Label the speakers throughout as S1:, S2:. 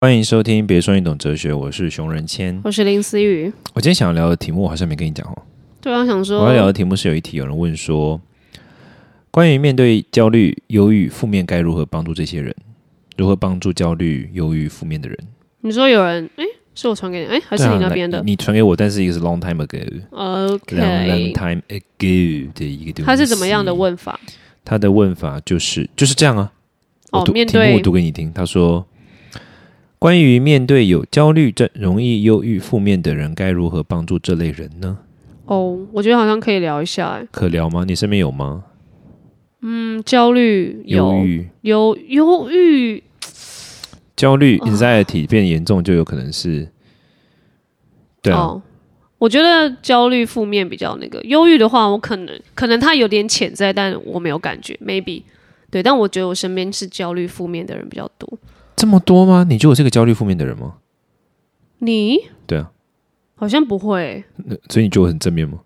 S1: 欢迎收听，别说你懂哲学，我是熊仁谦。
S2: 我是林思雨。
S1: 我今天想要聊的题目，我好像没跟你讲哦。
S2: 对方想说，
S1: 我要聊的题目是有一题有人问说，关于面对焦虑、忧郁、负面该如何帮助这些人，如何帮助焦虑、忧郁、负面的人？
S2: 你说有人，哎、是我传给你，哎、还是
S1: 对啊
S2: 你那
S1: 来
S2: 边的、
S1: 你传给我，但是一个是 long time ago，long
S2: o
S1: long
S2: k
S1: time ago 的一个东西。
S2: 他是怎么样的？问法？
S1: 他的问法就是就是这样啊。
S2: 哦
S1: 我读
S2: 面
S1: 题
S2: 对
S1: 目读给你听，他说：“关于面对有焦虑症、容易忧郁、负面的人，该如何帮助这类人呢？
S2: 哦、我觉得好像可以聊一下、哎，
S1: 可聊吗？你身边有吗？
S2: 嗯，焦虑
S1: 忧
S2: 有
S1: 郁、
S2: 有忧郁，
S1: 焦虑、anxiety
S2: 哦
S1: 变严重，就有可能是，对啊，
S2: 哦，我觉得焦虑负面比较那个，忧郁的话，我可能可能他有点潜在，但我没有感觉，maybe。对，但我觉得我身边是焦虑负面的人比较多。
S1: 这么多吗？你觉得我是个焦虑负面的人吗？
S2: 你
S1: 对啊，
S2: 好像不会，
S1: 那所以你觉得我很正面吗？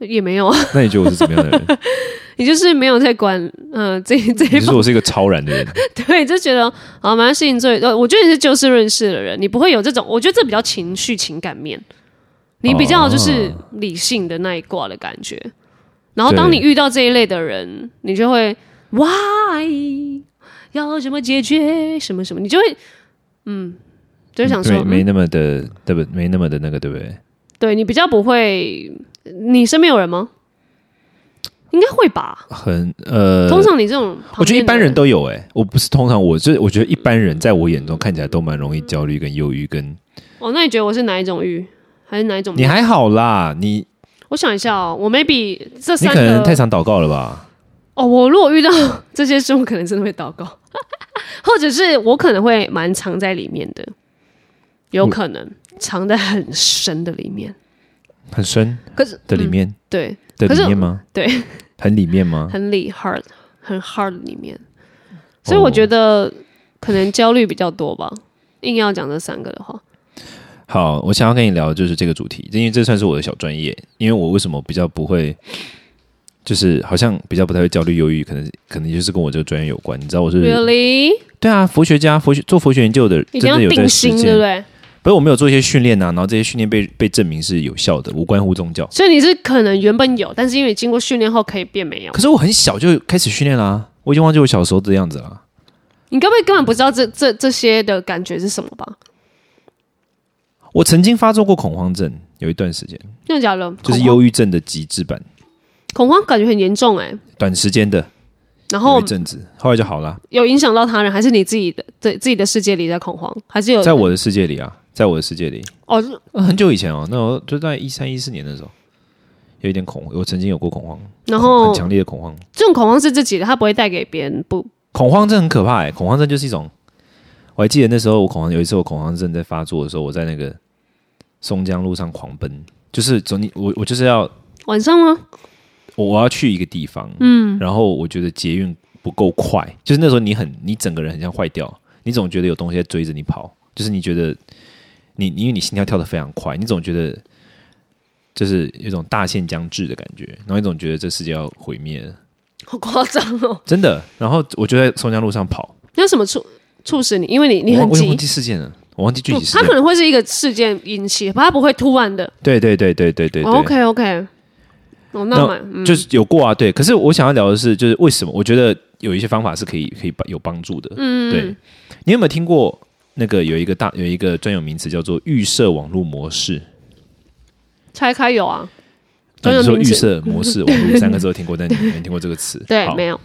S2: 也没有，啊
S1: 那你觉得我是怎么样的人？
S2: 你就是没有在管，嗯、呃，这这
S1: 你
S2: 一
S1: 是
S2: 方
S1: 说我是一个超然的人？
S2: 对，就觉得啊，蛮事情做，呃，我觉得你是就事论事的人，你不会有这种，我觉得这比较情绪情感面，你比较
S1: 哦
S2: 就是理性的那一挂的感觉。然后当
S1: 对
S2: 你遇到这一类的人，你就会 why 要怎么解决什么什么，你就会嗯，就会想说，
S1: 没没
S2: 嗯
S1: 那么的，对不？没那么的那个，对不对？
S2: 对你比较不会，你身边有人吗？应该会吧。
S1: 很呃，
S2: 通常你这种，
S1: 我觉得一般人
S2: 都。
S1: 都有哎、我不是通常我就是我觉得一般人在我眼中看起来都蛮容易焦虑跟忧郁跟
S2: 哦，那你觉得我是哪一种欲，还是哪一种？
S1: 你还好啦，你
S2: 我想一下哦，我 maybe 这
S1: 你
S2: 三
S1: 可
S2: 个
S1: 能太常祷告了吧？
S2: 哦，我如果遇到 这些事，我可能真的会祷告， 或者是我可能会蛮藏在里面的，有可能藏在很深的里面。
S1: 很深
S2: 可是
S1: 的里面、
S2: 对，
S1: 的
S2: 可是
S1: 里面吗？
S2: 对，
S1: 很里面吗？
S2: 很里 hard，很 hard 的里面，
S1: 哦
S2: 所以我觉得可能焦虑比较多吧。硬要讲这三个的话，
S1: 好，我想要跟你聊的就是这个主题，因为这算是我的小专业。因为我为什么比较不会，就是好像比较不太会焦虑、忧郁，可能可能就是跟我这个专业有关。你知道我是
S2: really
S1: 对啊，佛学家、佛学做佛学研究的，啊
S2: 一
S1: 真
S2: 定要
S1: 的有在
S2: 定
S1: 实
S2: 心，对不
S1: 践。
S2: 对？
S1: 不是我们有做一些训练啊，然后这些训练被被证明是有效的，无关乎宗教。
S2: 所以你是可能原本有，但是因为你经过训练后可以变没有。
S1: 可是我很小就开始训练啦、我已经忘记我小时候的样子了。
S2: 你该不会根本不知道这这这些的感觉是什么吧？
S1: 我曾经发作过恐慌症，有一段时间，
S2: 真的假的？
S1: 就是
S2: 恐慌
S1: 忧郁症的极致版，
S2: 恐慌感觉很严重哎、
S1: 短时间的，有
S2: 然后
S1: 一阵子，后来就好了。
S2: 有影响到他人，还是你自己的对自己的世界里在恐慌，还是有
S1: 在我的世界里啊，在我的世界里，
S2: 哦是
S1: 呃很久以前哦，那我就在一三一四年的时候，有一点恐，我曾经有过恐慌，
S2: 然
S1: 很
S2: 后
S1: 强烈的恐慌。
S2: 这种恐慌是自己的，他不会带给别人不
S1: 恐慌症很可怕哎、恐慌症就是一种，我还记得那时候我恐慌，有一次我恐慌症在发作的时候，我在那个松江路上狂奔，就是走你我我就是要
S2: 晚上吗？
S1: 我我要去一个地方，嗯，然后我觉得捷运不够快，就是那时候你很你整个人很像坏掉，你总觉得有东西在追着你跑，就是你觉得你因为你心跳跳得非常快，你总觉得就是有一种大限将至的感觉，然后你总觉得这世界要毁灭了，
S2: 好夸张哦！
S1: 真的。然后我就在松江路上跑，
S2: 那什么促促使你？因为你
S1: 我
S2: 你很
S1: 忘我也
S2: 急
S1: 忘，记事件了，我忘记具体事
S2: 他
S1: 件
S2: 可
S1: 了。
S2: 能会是一个事件引起，他不会突然的。
S1: 对对对对对对对。
S2: 哦 OK OK，哦那
S1: 那
S2: 蛮嗯
S1: 就是有过啊，对。可是我想要聊的是，就是为什么我觉得有一些方法是可以可以帮有帮助的。嗯，对。你有没有听过那个有一个大有一个专有名词叫做预设网络模式？
S2: 拆开有啊，
S1: 那
S2: 专
S1: 你
S2: 有
S1: 说
S2: 名
S1: 预
S2: 词
S1: 设模式网络三个字都听过，但你没听过这个词。
S2: 对
S1: 好，
S2: 没有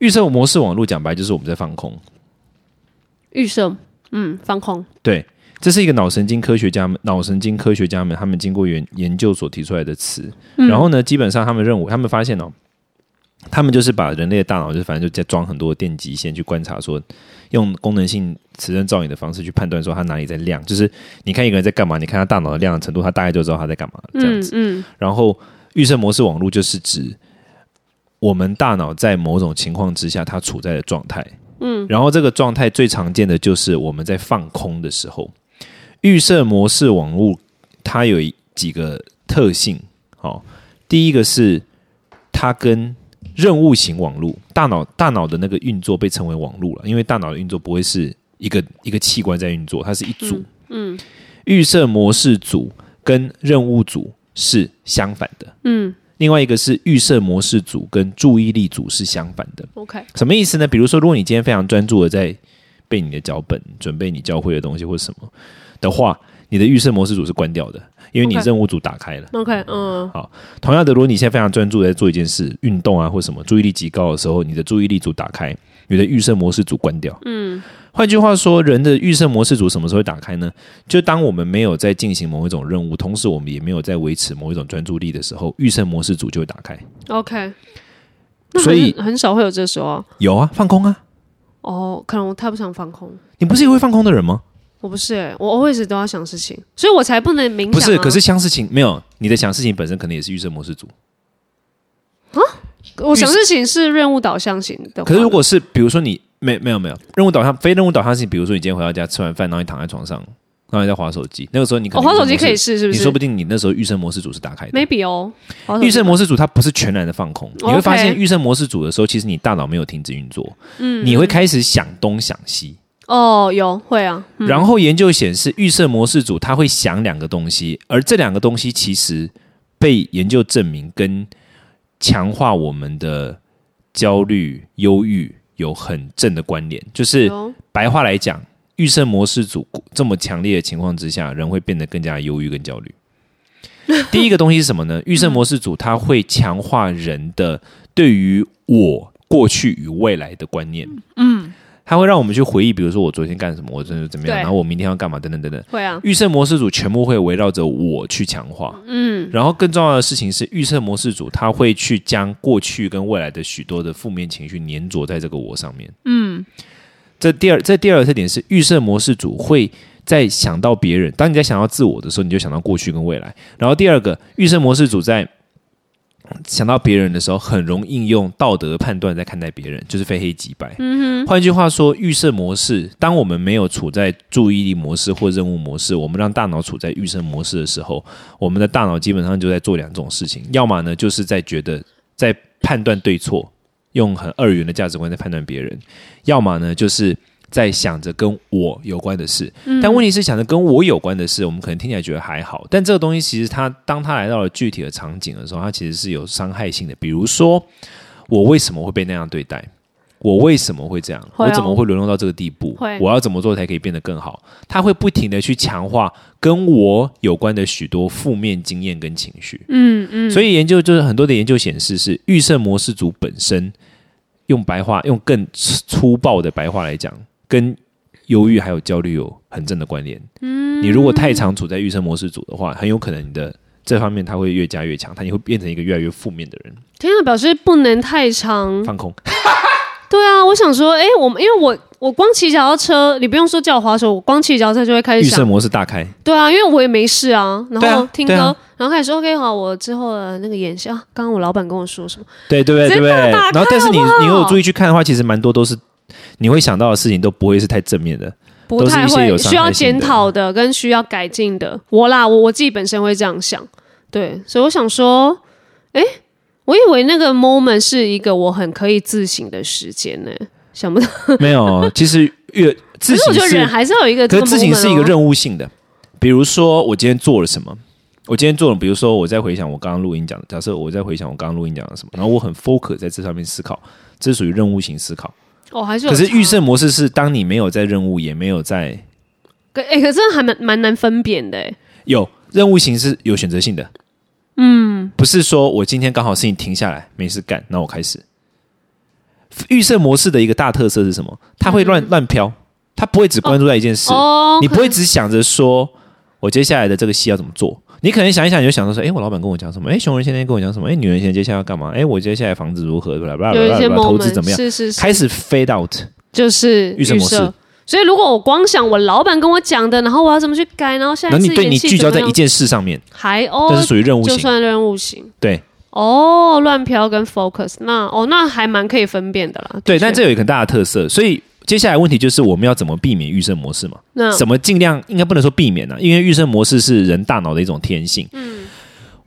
S1: 预设模式网络讲白就是我们在放空，
S2: 预设，嗯，放空，
S1: 对。这是一个脑神经科学家们，脑神经科学家们他们经过研研究所提出来的词。然后呢，基本上他们认为，他们发现哦，他们就是把人类的大脑，就是反正就在装很多电极线去观察说，用功能性磁振造影的方式去判断说他哪里在亮，就是你看一个人在干嘛，你看他大脑的亮的程度，他大概就知道他在干嘛这样
S2: 嗯
S1: 子。
S2: 嗯，
S1: 然后预设模式网络就是指我们大脑在某种情况之下它处在的状态。嗯，然后这个状态最常见的就是我们在放空的时候，预设模式网络它有一几个特性。好、第一个是它跟任务型网络，大脑大脑的那个运作被称为网络了，因为大脑的运作不会是一个一个器官在运作，它是一组。嗯，预设模式组跟任务组是相反的，
S2: 嗯
S1: 另外一个是预设模式组跟注意力组是相反的。
S2: ，OK，
S1: 什么意思呢？比如说，如果你今天非常专注的在背你的脚本，准备你教会的东西或者什么的话，你的预设模式组是关掉的，因为你
S2: OK
S1: 任务组打开了。
S2: OK，嗯，
S1: 同样的，如果你现在非常专注地在做一件事，运动啊或什么，注意力极高的时候，你的注意力组打开，你的预设模式组关掉。嗯，换句话说，人的预设模式组什么时候会打开呢？就当我们没有在进行某一种任务，同时我们也没有在维持某一种专注力的时候，预设模式组就会打开。
S2: OK，那
S1: 所以
S2: 很很少会有这时候啊。
S1: 有啊，放空啊，
S2: 哦，可能我太不想放空，
S1: 你不是一个会放空的人吗？
S2: 我不是、欸，我 always 都要想事情，所以我才不能冥想、啊。
S1: 不是，可是想事情没有，你的想事情本身可能也是预设模式组。
S2: 我想事情是任务导向型的话。
S1: 可是如果是比如说你没没有没有任务导向非任务导向性，比如说你今天回到家吃完饭，然后你躺在床上，然后你在划手机，那个时候你可
S2: 我
S1: 能
S2: 滑哦手
S1: 预设模
S2: 机
S1: 式
S2: 可以试，是不
S1: 你
S2: 是？
S1: 说不定你那时候预设模式组是打开的。
S2: maybe 哦，滑手机
S1: 预设模式组它不是全然的放空，你会
S2: 哦 OK
S1: 发现预设模式组的时候，其实你大脑没有停止运作，嗯，你会开始想东想西。
S2: 哦，有会啊，嗯
S1: 然后研究显示，预设模式组它会想两个东西，而这两个东西其实被研究证明跟强化我们的焦虑、忧郁有很正的关联，就是
S2: 有
S1: 白话来讲，预设模式组这么强烈的情况之下，人会变得更加忧郁跟焦虑。第一个东西是什么 呢？预设模式组它会强化人的对于我过去与未来的观念，嗯，它会让我们去回忆，比如说我昨天干什么，我昨天怎么样，
S2: 对
S1: 然后我明天要干嘛，等等等等。
S2: 会啊，
S1: 预设模式组全部会围绕着我去强化，嗯，然后更重要的事情是，预设模式组它会去将过去跟未来的许多的负面情绪粘着在这个我上面，嗯，这第二这第二个特点是，预设模式组会在想到别人，当你在想到自我的时候，你就想到过去跟未来，然后第二个，预设模式组在想到别人的时候，很容易用道德判断在看待别人，就是非黑即白。嗯哼。换句话说，预设模式，当我们没有处在注意力模式或任务模式，我们让大脑处在预设模式的时候，我们的大脑基本上就在做两种事情：要么呢，就是在觉得在判断对错，用很二元的价值观在判断别人；要么呢，就是在想着跟我有关的事。
S2: 嗯
S1: 但问题是，想着跟我有关的事，我们可能听起来觉得还好，但这个东西其实它当它来到了具体的场景的时候，它其实是有伤害性的。比如说，我为什么会被那样对待？我为什么会这样？
S2: 会啊
S1: 我怎么会沦落到这个地步
S2: 会？
S1: 我要怎么做才可以变得更好？它会不停的去强化跟我有关的许多负面经验跟情绪。
S2: 嗯嗯，
S1: 所
S2: 以
S1: 以研究就是很多的研究显示是预设模式组本身，用白话用更粗暴的白话来讲，跟忧郁还有焦虑有很正的关联。嗯，你如果太常处在预设模式组的话，很有可能你的这方面它会越加越强，它你会变成一个越来越负面的人，
S2: 天啊，表示不能嗯太长。
S1: 放空。
S2: 对啊，我想说，哎、我们因为我我光骑脚踏车，你不用说叫我滑手，我光骑脚踏车就会开
S1: 预
S2: 始
S1: 设
S2: 想。
S1: 模式大开，
S2: 对啊，因为我也没事啊，然
S1: 对
S2: 后
S1: 啊
S2: 听歌，
S1: 对啊
S2: 然后开始说 OK 好，我之后的那个演戏啊，刚刚我老板跟我说什么？
S1: 对对不对？对
S2: 真
S1: 不
S2: 的
S1: 对？
S2: 打
S1: 然后
S2: 开
S1: 但是你
S2: 好不好
S1: 你有注意去看的话，其实蛮多都是你会想到的事情都不会是太正 面的。
S2: 不
S1: 都
S2: 太
S1: 是一些
S2: 会
S1: 有伤害性的
S2: 需要检讨的跟需要改进的。我啦，我我自己本身会这样想，对，所以我想说，哎、我以为那个 moment 是一个我很可以自省的时间呢、想不到。
S1: 没有，其实越
S2: 可
S1: 自
S2: 是我
S1: 省
S2: 觉得
S1: 是
S2: 人还是要有一个
S1: 可
S2: 这
S1: 是
S2: 个 moment 哦、
S1: 自省是一个任务性的，比如说我今天做了什么，我今天做了，比如说我在回想我刚刚录音讲的，假设我在回想我刚刚录音讲的什么，然后我很 focus 在这上面思考，这属于任务型思考。
S2: 哦，还是有
S1: 可是
S2: 差
S1: 预设模式是当你没有在任务，也没有在
S2: 可哎、可是还蛮蛮难分辨的、欸。
S1: 有任务型是有选择性的，嗯，不是说我今天刚好事情停下来没事干，那我开始。预设模式的一个大特色是什么？它会乱乱飘，它不会只关注在一件事。
S2: 嗯哦，
S1: 你不会只想着说我接下来的这个戏要怎么做，你可能想一想你就想到说，哎，我老板跟我讲什么？哎，熊人现在跟我讲什么？哎，女人现在接下来要干嘛？哎，我接下来房子如何？巴拉巴拉
S2: 有一
S1: 巴
S2: 些
S1: 拉，投
S2: moment
S1: 资怎么样？
S2: 是是是，
S1: 开始 fade out，
S2: 就是
S1: 预设模式
S2: 所以如果我光想我老板跟我讲的，然后我要怎么去改，然后下
S1: 然后
S2: 一次
S1: 你对
S2: 演
S1: 你
S2: 戏
S1: 聚焦
S2: 怎么
S1: 在
S2: 样
S1: 一件事上面，
S2: 还
S1: 这
S2: 哦
S1: 是，属于任务
S2: 就
S1: 型。
S2: 算任务型
S1: 对
S2: 哦，乱飘跟 focus，那哦那还蛮可以分辨的啦。
S1: 对，
S2: 的确
S1: 但这有一个很大的特色，所以接下来问题就是我们要怎么避免预设模式嘛？
S2: 那
S1: 啊怎么尽量应该不能说避免呢、因为预设模式是人大脑的一种天性。嗯，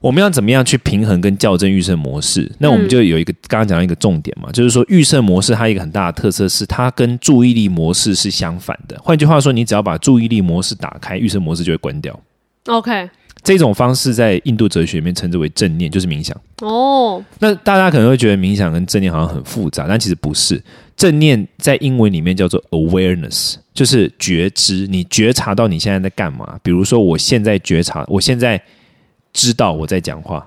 S1: 我们要怎么样去平衡跟校正预设模式？那我们就有一个、刚刚讲到一个重点嘛，就是说预设模式它一个很大的特色是它跟注意力模式是相反的。换句话说，你只要把注意力模式打开，预设模式就会关掉。
S2: OK，
S1: 这种方式在印度哲学里面称之为正念，就是冥想。
S2: 哦，
S1: 那大家可能会觉得冥想跟正念好像很复杂，但其实不是。正念在英文里面叫做 awareness，就是觉知。你觉察到你现在在干嘛？比如说，我现在觉察，我现在知道我在讲话，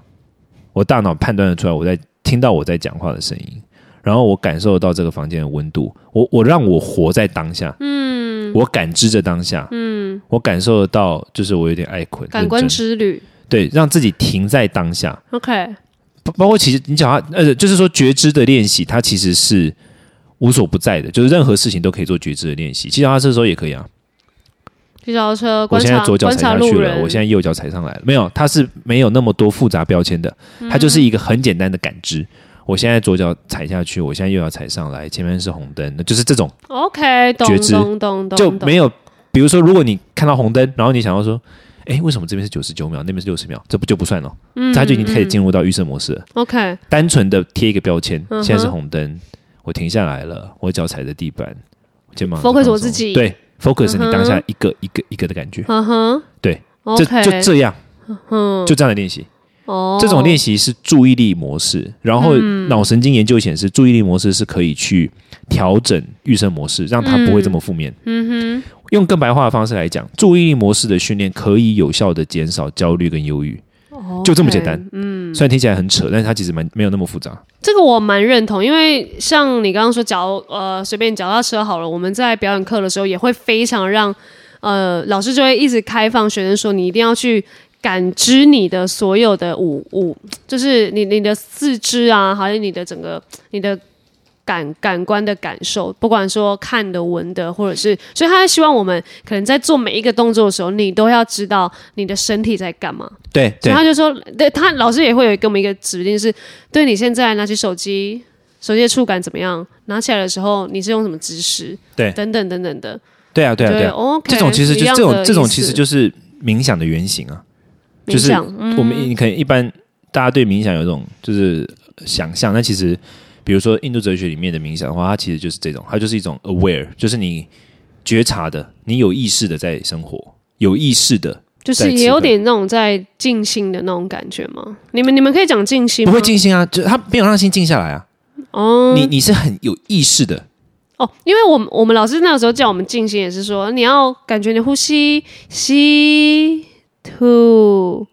S1: 我大脑判断得出来，我在听到我在讲话的声音，然后我感受到这个房间的温度。我我让我活在当下，嗯，我感知着当下，嗯，我感受得到，就是我有点爱困，
S2: 感官
S1: 认真
S2: 之旅
S1: 对，让自己停在当下。
S2: ，OK，
S1: 包包括其实你讲它，呃，就是说觉知的练习，它其实是无所不在的，就是任何事情都可以做觉知的练习。骑脚踏车的时候也可以啊，
S2: 骑脚踏车
S1: 我
S2: 观
S1: 现在
S2: 察
S1: 左脚
S2: 观
S1: 踩
S2: 察
S1: 下
S2: 路
S1: 去
S2: 人，
S1: 了，我现在右脚踩上来了，没有，它是没有那么多复杂标签的，它就是一个很简单的感知。我现在左脚踩下去，我现在右脚踩上来，前面是红灯，就是这种
S2: OK，懂
S1: 觉知
S2: 懂懂懂，
S1: 就
S2: 懂
S1: 没有。比如说，如果你看到红灯，然后你想要说，哎，为什么这边是九十九秒，那边是六十秒，这不就不算了？它就已经开始进入到预设模式了。
S2: OK，
S1: 单纯的贴一个标签，
S2: 嗯哼
S1: 现在是红灯，我停下来了，我脚踩着地板，肩膀
S2: Focus
S1: 放松
S2: 我自己
S1: 对，focus
S2: 嗯哼
S1: 你当下一个一个一个的感觉，
S2: 嗯哼，
S1: 对，这
S2: OK，
S1: 就这样，
S2: 嗯，
S1: 就这样的练习。
S2: 哦，嗯
S1: 这种练习是注意力模式，然后脑神经研究显示，注意力模式是可以去调整预设模式，让它不会这么负面。
S2: 嗯哼，
S1: 用更白话的方式来讲，注意力模式的训练可以有效的减少焦虑跟忧郁。就这么简单
S2: OK，嗯，
S1: 虽然听起来很扯，但是它其实蛮没有那么复杂。
S2: 这个我蛮认同，因为像你刚刚说脚呃随便脚踏车好了，我们在表演课的时候也会非常让呃老师就会一直开放学生说你一定要去感知你的所有的舞舞，就是你你的四肢啊，还有你的整个你的。感感官的感受，不管说看的、闻的，或者是，所以他希望我们可能在做每一个动作的时候，你都要呃知道你的身体在干嘛。
S1: 对
S2: 所
S1: 对
S2: 以他就说，对他老师也会有给我们一个指令是，对你现在拿起手机，手机的触感怎么样？拿起来的时候你是用什么姿势？
S1: 对
S2: 等等等等的。
S1: 对啊对啊对啊！
S2: ，OK，
S1: 这种其实就
S2: 一样
S1: 这
S2: 的
S1: 种这种
S2: 意思
S1: 其实就是冥想的原型啊，就是
S2: 冥想嗯
S1: 我们你可能一般大家对冥想有一种就是想象，但其实比如说印度哲学里面的冥想的话，它其实就是这种，它就是一种 aware，就是你觉察的，你有意识的在生活，有意识的
S2: 就是也有点那种在静心的那种感觉吗？你们你们可以讲静心
S1: 不
S2: 吗？
S1: 会静心啊，就它没有让心静下来啊，
S2: 哦，
S1: 你你是很有意识的，
S2: 哦，因为我们我们老师那个时候叫我们静心，也是说你要感觉你呼吸，吸吐，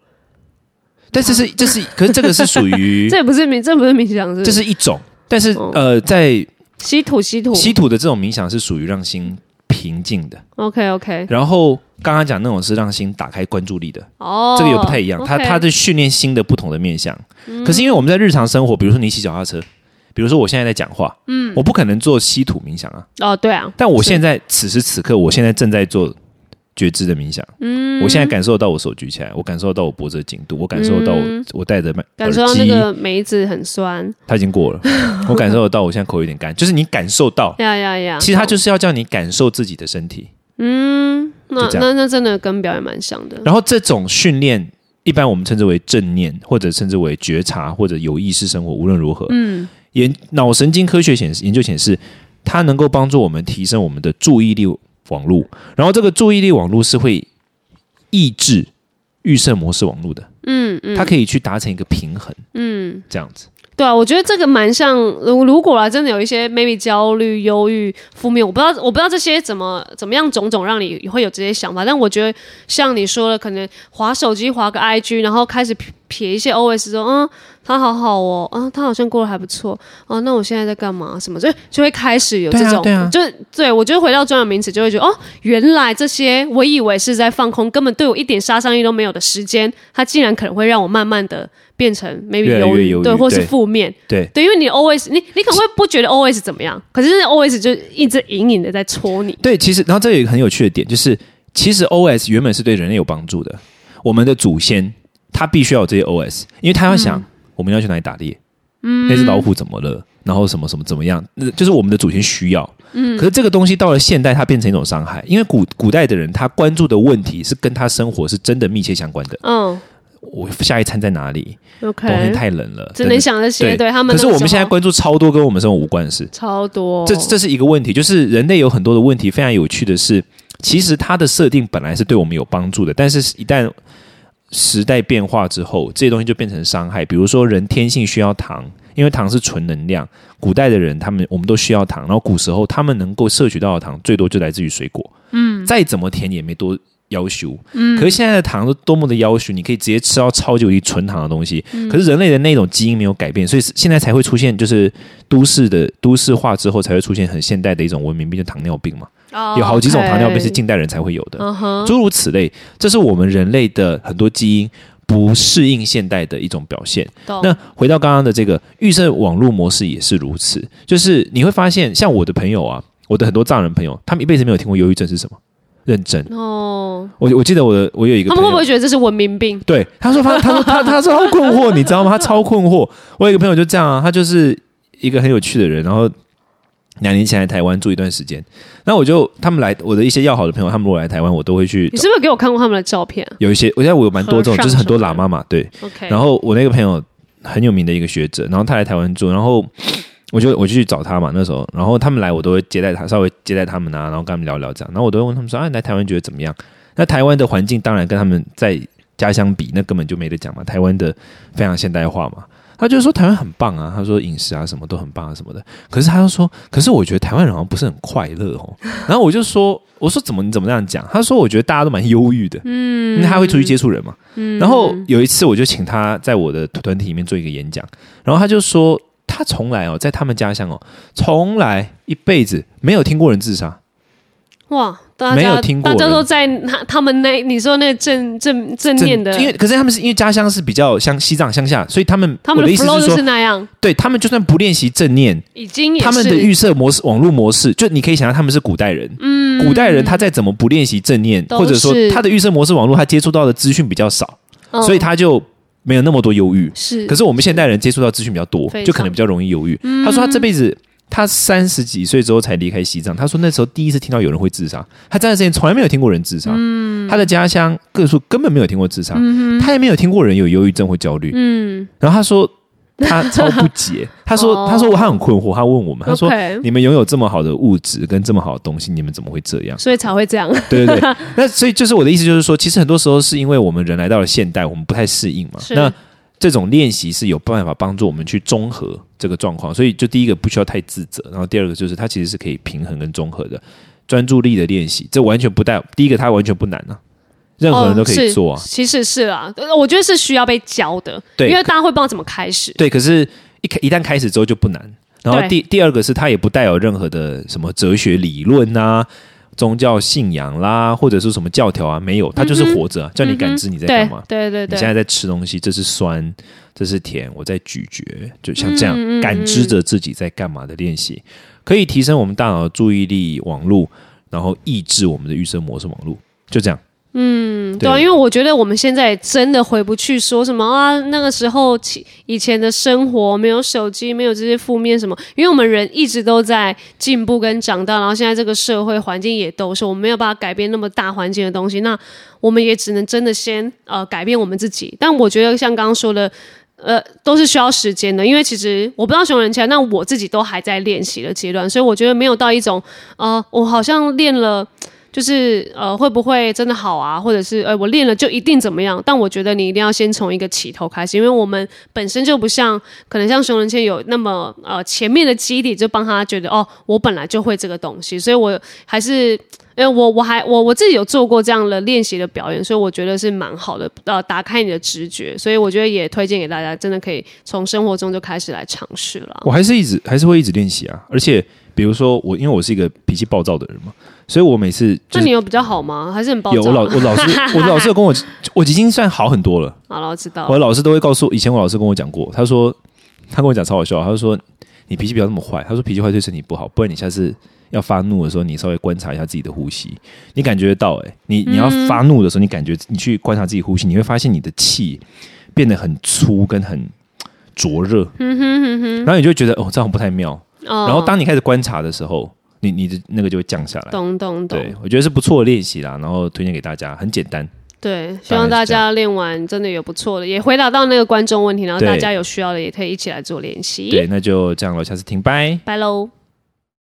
S1: 但这是这是可是这个是属于
S2: 这也不是冥，这不是冥想，是
S1: 这是一种，但是
S2: 哦
S1: 呃在
S2: 吸吐吸吐。
S1: 稀土的这种冥想是属于让心平静的。
S2: OK OK，
S1: 然后刚刚讲那种是让心打开关注力的，
S2: 哦，
S1: 这个也不太一样。它
S2: OK 嗯
S1: 它是训练心的不同的面向。可是因为我们在日常生活，比如说你骑脚踏车，比如说我现在在讲话，嗯，我不可能做稀土冥想啊。
S2: 哦，对啊，
S1: 但我现在此时此刻，我现在正在做觉知的冥想。嗯，我现在感受到我手举起来，我感受到我脖子的紧度，我感受到我我戴着麦
S2: 嗯感受到
S1: 耳
S2: 那
S1: 机
S2: 个梅子很酸，
S1: 它已经 过了，我感受得到我现在口有点干，就是你感受到。
S2: 呀呀呀！
S1: 其实它就是要叫你感受自己的身体。
S2: 嗯，那
S1: 就这样
S2: 那那真的跟表演蛮像的。
S1: 然后这种训练，一般我们称之为正念，或者称之为觉察，或者有意识生活。无论如何，
S2: 嗯，
S1: 研脑神经科学显示研究显示，它能够帮助我们提升我们的注意力网络。然后这个注意力网络是会抑制预设模式网络的，
S2: 嗯嗯，
S1: 它可以去达成一个平衡。嗯，这样子。
S2: 对啊，我觉得这个蛮像。如如果啊，真的有一些 maybe 焦虑、忧郁、负面，我不知道，我不知道这些怎么怎么样种种让你会有这些想法。但我觉得像你说的，可能划手机、划个 IG，然后开始撇撇一些 OS 说，嗯，他好好哦，啊，他好像过得还不错，啊，那我现在在干嘛？什么就就会开始有这种，
S1: 对啊对啊
S2: 就是对我觉得回到专有名词，就会觉得哦，原来这些我以为是在放空，根本对我一点杀伤力都没有的时间，它竟然可能会让我慢慢的变成 maybe
S1: 越来越
S2: 忧郁，
S1: 忧郁
S2: 对，或是
S1: 对
S2: 负面。
S1: 对，
S2: 对，因为你 always 你你可能会不觉得 always 怎么样，可是 always 就一直隐隐的在戳你。
S1: 对，其实然后这有一个很有趣的点，就是其实 OS 原本是对人类有帮助的。我们的祖先他必须要有这些 OS，因为他要
S2: 嗯
S1: 想、我们要去哪里打猎，嗯，那只老虎怎么了，然后什么什么怎么样，那就是我们的祖先需要。嗯，可是这个东西到了现代，它变成一种伤害，因为古古代的人他关注的问题是跟他生活是真的密切相关的。
S2: 嗯，
S1: 我下一餐在哪里，冬天
S2: ，OK，
S1: 太冷了，
S2: 只
S1: 等
S2: 能
S1: 等
S2: 想这些，
S1: 对
S2: 对他
S1: 可
S2: 们那个
S1: 是
S2: 时候。
S1: 我们现在关注超多跟我们生活无关的事，
S2: 超多，
S1: 这这是一个问题，就是人类有很多的问题，非常有趣的是，其实它的设定本来是对我们有帮助的，但是一旦时代变化之后，这些东西就变成伤害。比如说，人天性需要糖，因为糖是纯能量。古代的人，他们我们都需要糖，然后古时候他们能够摄取到的糖，最多就来自于水果。嗯，再怎么甜也没多要求。嗯，可是现在的糖都多么的要求，你可以直接吃到超级无敌纯糖的东西。可是人类的那种基因没有改变，所以现在才会出现就是都市的都市化之后才会出现很现代的一种文明病，就糖尿病嘛。有好几种糖尿病是近代人才会有的。
S2: 哦嗯哼，
S1: 诸如此类，这是我们人类的很多基因不适应现代的一种表现。
S2: 懂
S1: 那回到刚刚的这个预设网络模式也是如此，就是你会发现，像我的朋友啊，我的很多藏人朋友，他们一辈子没有听过忧郁症是什么，认真。
S2: 哦，
S1: 我我记得我的我有一个
S2: 他
S1: 朋
S2: 们
S1: 友，
S2: 会不会觉得这是文明病？
S1: 对，他说他他说他他说他困惑，你知道吗？他超困惑。我有一个朋友就这样啊，他就是一个很有趣的人，然后两年前来台湾住一段时间，那我就他们来我的一些要好的朋友，他们如果来台湾，我都会去
S2: 你是不是给我看过他们的照片啊
S1: 有一些，我现在我有蛮多这种，
S2: 和尚
S1: 就是很多
S2: 什么
S1: 喇
S2: 的
S1: 嘛嘛，对。
S2: ？OK，
S1: 然后我那个朋友很有名的一个学者，然后他来台湾住，然后 我就我就去找他嘛，那时候，然后他们来我都会接待他，稍微接待他们啊，然后跟他们聊聊这样，然后我都会问他们说，啊，你来台湾觉得怎么样？那台湾的环境当然跟他们在家乡比，那根本就没得讲嘛，台湾的非常现代化嘛。他就说台湾很棒啊，他说饮食啊什么都很棒啊什么的，可是他又说，可是我觉得台湾人好像不是很快乐哦。 然后我就说，我说怎么你怎么这样讲？他说我觉得大家都蛮忧郁的，嗯，因为他会出去接触人嘛，
S2: 嗯
S1: 然后有一次我就请他在我的团体里面做一个演讲，然后他就说他从来哦，在他们家乡哦，从来一辈子没有听过人自杀，
S2: 哇，大家
S1: 没有听过
S2: 大家
S1: 人
S2: 都在他他们那你说那个正正正
S1: 真
S2: 念的，
S1: 因为可是他们是因为家乡是比较像西藏乡下，所以他们
S2: 他
S1: 我
S2: 们的
S1: 的意思
S2: flow
S1: 是
S2: 就
S1: 说，
S2: 是那样，
S1: 对他们就算不练习正念，
S2: 已经也是
S1: 他们的预设模式、网络模式，就你可以想象他们是古代人，嗯，古代人他再怎么不练习正念，
S2: 都
S1: 或者说
S2: 是
S1: 他的预设模式网络，他接触到的资讯比较少，
S2: 嗯
S1: 所以他就没有那么多忧郁。
S2: 是
S1: 可是我们现代人接触到资讯比较多
S2: 非，常嗯
S1: 就可能比较容易犹豫。他说他这辈子他三十几岁之后才离开西藏，他说那时候第一次听到有人会自杀，他这段时间从来没有听过人自杀，
S2: 嗯
S1: 他的家乡各处根本没有听过自杀，他也没有听过人有忧郁症或焦虑。
S2: 嗯，
S1: 然后他说他超不 解，他说
S2: 哦
S1: 他说他很困惑，他问我们，他说
S2: OK
S1: 你们拥有这么好的物质跟这么好的东西，你们怎么会这样？
S2: 所以才会这样，
S1: 对对对，那所以就是我的意思，就是说，其实很多时候是因为我们人来到了现代，我们不太适应嘛。
S2: 是
S1: 那这种练习是有办法帮助我们去综合这个状况，所以就第一个不需要太自责，然后第二个就是它其实是可以平衡跟综合的专注力的练习，这完全不带第一个它完全不难啊， 任何人都可以做啊。
S2: 哦是其实是啦，呃我觉得是需要被教的，
S1: 对
S2: 因为大家会不知道怎么开始，
S1: 对，可是一开一旦开始之后就不难。然后
S2: 对
S1: 第第二个是它也不带有任何的什么哲学理论啊、宗教信仰啦，或者是什么教条啊，没有，它
S2: 嗯
S1: 就是活着、啊，叫你感知你在干
S2: 对
S1: 嘛。
S2: 对对
S1: 你现在
S2: 对，
S1: 在吃东西，这是酸，这是甜，我在咀嚼，就像
S2: 嗯
S1: 这样、感知着自己在干嘛的练习，可以提升我们大脑的注意力网络，然后抑制我们的预设模式网络，就这样。嗯，
S2: 对啊，因为我觉得我们现在真的回不去，说什么啊那个时候起以前的生活没有手机，没有这些负面什么，因为我们人一直都在进步跟长大，然后现在这个社会环境也都是我们没有办法改变那么大环境的东西，那我们也只能真的先呃改变我们自己。但我觉得像刚刚说的。呃，都是需要时间的，因为其实我不知道熊人起来，那我自己都还在练习的阶段，所以我觉得没有到一种，呃，我好像练了，就是呃，会不会真的好啊？或者是呃，我练了就一定怎么样？但我觉得你一定要先从一个起头开始，因为我们本身就不像可能像熊仁谦有那么呃前面的基底，就帮他觉得哦，我本来就会这个东西，所以我还是。因为我我还我我自己有做过这样的练习的表演，所以我觉得是蛮好的，呃，打开你的直觉，所以我觉得也推荐给大家，真的可以从生活中就开始来尝试了。
S1: 我还是一直还是会一直练习啊，而且比如说我，因为我是一个脾气暴躁的人嘛，所以我每次就
S2: 那
S1: 是
S2: 你有比较好吗？还是很暴躁？
S1: 有我老我老师 我老师有跟我，我已经算好很多了。
S2: 好了，我知道
S1: 我的
S2: 了。
S1: 老师都会告诉我，以前我老师跟我讲过，他说他跟我讲超好笑，他就说你脾气不要那么坏，他说脾气坏对身体不好，不然你下次要发怒的时候，你稍微观察一下自己的呼吸，你感觉得到、欸，你你要
S2: 嗯
S1: 发怒的时候，你感觉你去观察自己呼吸，你会发现你的气变得很粗跟很灼热，
S2: 嗯
S1: 然后你就会觉得哦，这样不太妙。
S2: 哦
S1: 然后当你开始观察的时候，你你的那个就会降下来。
S2: 懂懂懂
S1: 对，，我觉得是不错的练习啦，然后推荐给大家，很简单。
S2: 对，希望大家练完真的有不错的，也回答到那个观众问题，然后
S1: 对
S2: 大家有需要的也可以一起来做练习。
S1: 对，那就这样了，下次听，拜。
S2: 拜喽。